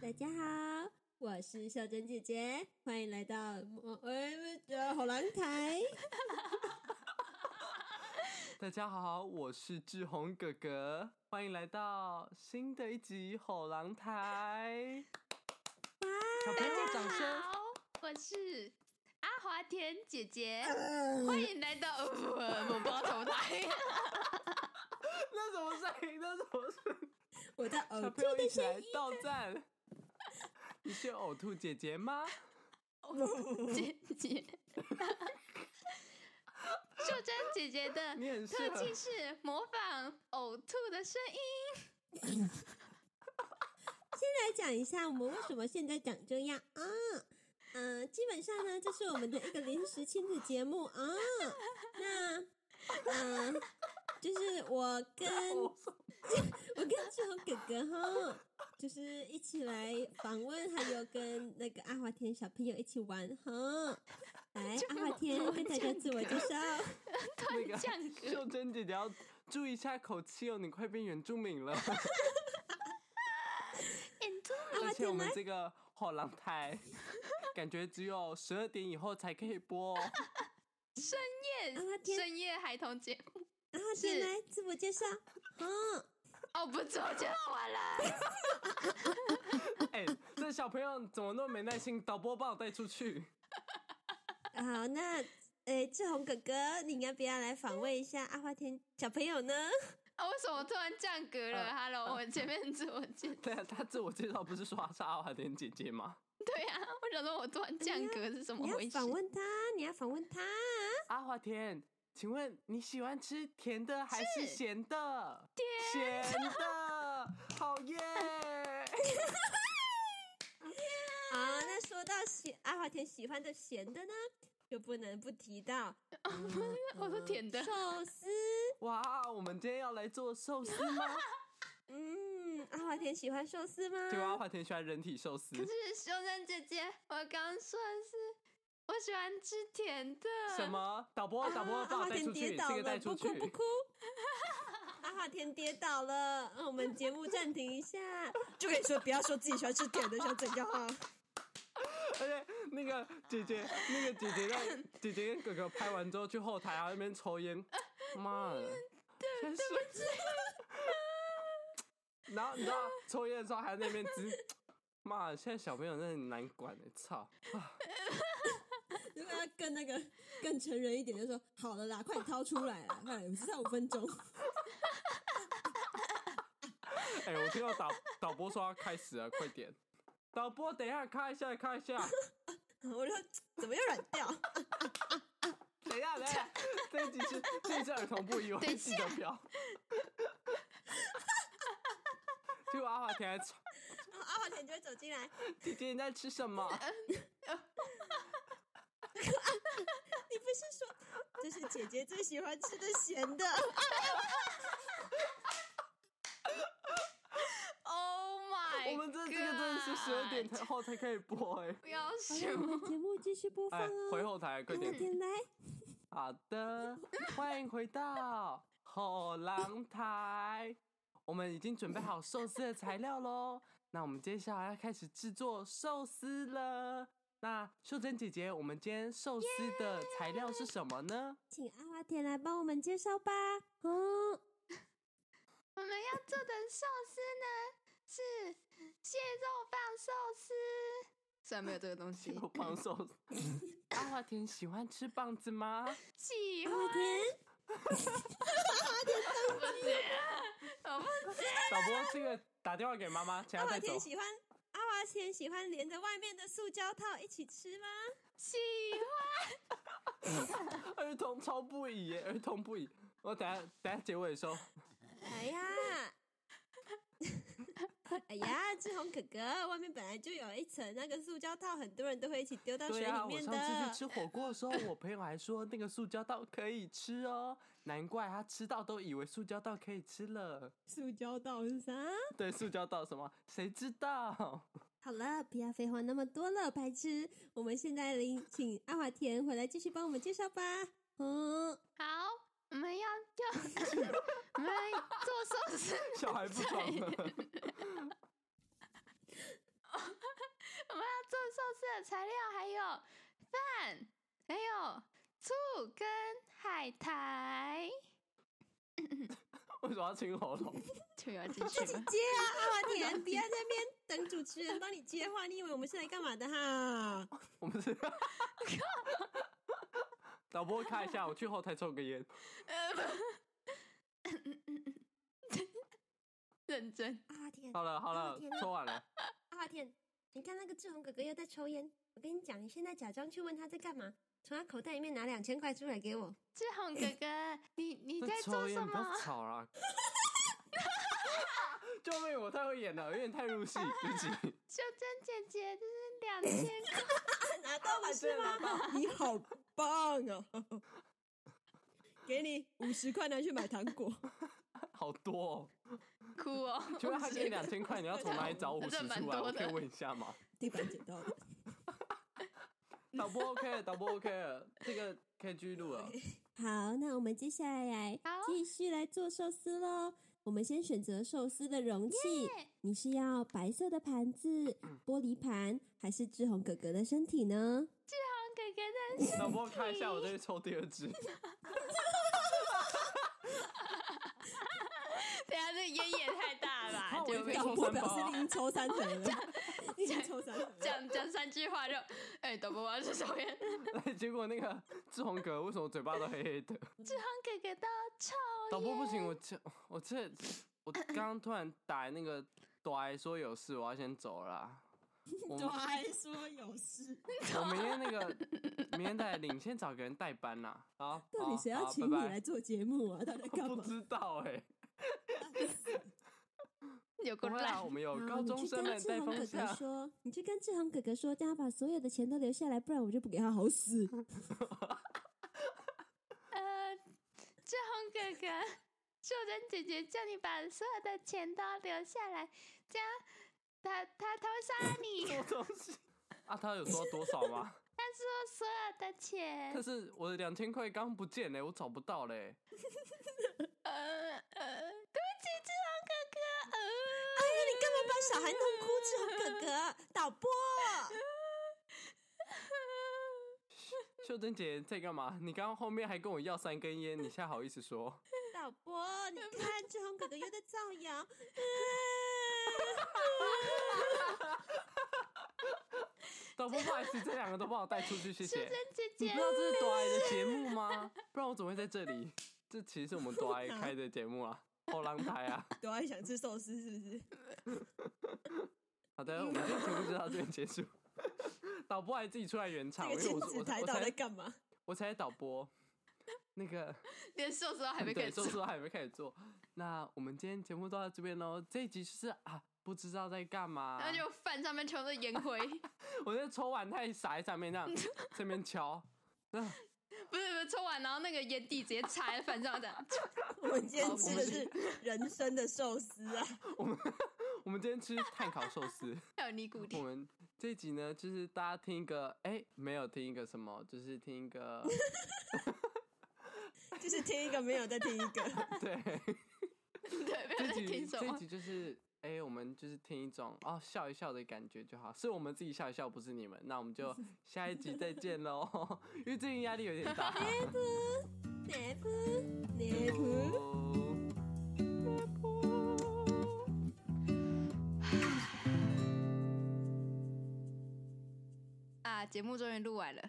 大家好，我是秀珍姐姐，欢迎来到我哎呃好难台。大家好，我是志宏哥哥，欢迎来到新的一集《吼狼台》。小朋友，掌声！好，我是阿华田姐姐，嗯欢迎来到呃我不知道怎么来，那什么声音？那什么声音？我的小呕朋吐友一的起来声音，到站。你是呕吐姐姐吗？姐姐，秀珍姐姐的你很适合特技是模仿呕吐的声音。先来讲一下我们为什么现在长这样啊？嗯、基本上呢，这是我们的一个临时亲子节目啊。那嗯、就是我跟我说我跟志宏哥哥哈，就是一起来访问，还有跟那个阿华田小朋友一起玩哈。来，阿华田跟大家自我介绍。啊 那个降格 Oh 秀珍姐姐要注意一下口气哦，你快变原住民 了。啊而且我们这个火狼台，感觉只有十二点以后才可以播、哦。深啊我夜天深夜孩童节目，阿华田是来自我介绍。嗯，哦，不错，就好玩了。哎、这小朋友怎么那么没耐心？导播帮我带出去。好，那诶，志宏哥哥，你要不要来访问一下阿华田小朋 友呢？啊，为什么突然降格了啊？Hello，我前面自我介 绍。对啊，他自我介绍不是说他是阿华田姐姐吗？对呀、我想说我突然降格是什么你回要事？访问他，你要访问他。阿华田，请问你喜欢吃甜的还是是咸的？甜的，好 耶！好，那说到喜阿华田喜欢的咸的呢，就不能不提到我说甜的，寿司。哇，我们今天要来做寿司 吗？嗯，阿华田喜欢寿司吗？结果啊阿华田喜欢人体寿司可，是修真姐姐，我刚说的是我喜欢吃甜的，什？么？导播，啊导播，阿帮华我带田出啊跌去，倒这个带了，出不去哭。不哭。 啊阿华田跌倒了，那我们节目暂停一下。就跟你说，不要说自己喜欢吃甜的，想怎样啊？而且那个姐姐，那个姐姐 让姐姐跟哥哥拍完之后去后台啊那边抽烟，妈的，对不起。然后你知道抽烟的时候还在那边滋，妈的，现在小朋友真的很难管的、操！如果要更那个更成人一点，就说好了啦，快点掏出来啦，快点，只剩五分钟。哎、我听到导 导播说要开始了，快点！导播，等一下，看一下，看一下，我就说怎么又软掉？啊等一下，等一下，这一集是这一集儿童不宜，我等一会记得 标。结果阿华田还吵然后阿华田就会走进来，姐姐你在吃什么？你不是说这是姐姐最喜欢吃的咸的？ ？Oh my！我们这这个真的是 God 十二点后才可以播哎、 不要我输。们节目继续播放哎，哦。回后台快阿华点。田来，好的，欢迎回到后浪台。我们已经准备好寿司的材料喽，那我们接下来要开始制作寿司了。那秀珍姐姐，我们今天寿司的材料是什么呢？请阿华田来帮我们介绍吧。嗯。我们要做的寿司呢是蟹肉棒寿司，虽然没有这个东西，有棒寿司。阿华田喜欢吃棒子吗？ 喜阿欢华田，不是？我不是导播，这个打电话给妈妈，请阿她华带走田。喜欢阿华田喜欢连着外面的塑胶套一起吃吗？喜欢， 儿童超不宜耶，儿童不宜。我等下等下结尾 的时候，哎 呀，哎呀，志宏哥哥，外面本来就有一层那个塑胶套，很多人都会一起丢到水对啊，里我面上的。次去吃火锅的时候，我朋友还说那个塑胶袋可以吃哦，难怪他吃到都以为塑胶袋可以吃了。塑胶套是啥？对，塑胶袋什么？谁知道？好了，不要废话那么多了，白痴。我们现在来请阿华田回来继续帮我们介绍吧。嗯，好，我们要就 我们做寿司。小孩不懂了。太太，为什么要清喉咙？就要进自去己了。接啊！阿华田，不要在那边等主持人帮你接话，你以为我们是来干嘛的 哈？我们是 导播看一下，我去后台抽个烟。呃 认真，阿华田，好了好哦了天，哪抽完了。阿华田，啊你看那个志宏哥哥又在抽烟，我跟你讲，你现在假装去问他在干嘛，从他口袋里面拿两千块出来给我。志宏哥哥，你你在抽做烟，什你不要么？吵啊 啦！救命！我太会演了，有点太 入戏，对不起。秀珍姐姐，这是两千块， 拿到了啊是吗？你好棒啊！ 给你五十块，拿去买糖果。好多哦。哭哦！ 请问他给你两千块，你要从哪里找五十这蛮出来？多我可的以问一下 吗？地板捡到了。导播 OK 了，导播 OK 了，这个可以继啊续录了。 好，那我们接下来好继续来做寿司喽。我们先选择寿司的容器耶你是要白色的盘子、玻璃盘，还是志宏哥哥的身体呢？哥哥真是导播看一下，我再去抽第二 支。等一下这烟也太 大了吧，我以就为被要导抽播表三包啊示你已经抽三盒 了，你已经抽三盒 了。讲讲三句话就，哎，导播我要去抽烟。哎结果那个志宏哥为什么嘴巴都黑黑的？志宏哥哥都抽导播烟，不行，我这我这我刚刚突然打那个短说有事，我要先走了 啦。我我啊还说有事， 我明天那个明天再来领，先找个人代班啦。好，到底谁好要好请你拜拜来做节目啊？到底在干不嘛？知道 哎、有不够会啦，烂我。们有好高中生们带风啊你去跟志宏哥哥向。说，你去跟志宏哥哥说，叫他把所有的钱都留下来，不然我就不给他好死。呃，志宏哥哥，秀珍姐姐叫你把所有的钱都留下来，这样他他偷杀 你，什么 东西？啊，他有说多少 吗？他说所有的但钱，是我的两千块刚不见嘞、欸我找不到嘞、呃呃，对不起，志宏哥哥，呃，哎呀，你根本把小孩弄哭，志宏哥哥，导播，秀珍姐在干嘛？你刚刚后面还跟我要三根烟，你现在好意思说？导播， 你看志宏哥哥又在造谣。导播，不好意思，这两个都帮我带出去，谢秀谢。珍姐你姐不知，道这是多爱的节目吗？不然我怎么会在这里？这其实是我们多爱开的节目啊，后浪台啊。朵爱想吃寿司是不是？好的，我们今天节目就到这边结束。 导播还自己出来原唱，因为我我我才干嘛？我才导播，那个连寿司都还 没开对，始做，出来还没开始做。那我们今天节目就到这边喽。这一集就是啊，不知道在干嘛，然后就饭上面全部都烟 灰，我在抽完太傻在上面这 样这边敲，那不是不是抽完，然后那个烟蒂直接插在饭上这样，我们今天好吃的是人生的寿司啊！我们今天吃炭烤寿 司。还有尼古我丁，们这一集呢，就是大家听一个，哎、没有听一个什么，就是听一 个，就是听一个没有再听一个，对，对， 不这要再集听什这么集，就是，哎、我们就是听一种哦笑一笑的感觉就好，是我们自己笑一笑，不是你们。那我们 就下一集再见喽， 因为最近压力有 点大。哎哪部哪部？啊，节目终于录完了。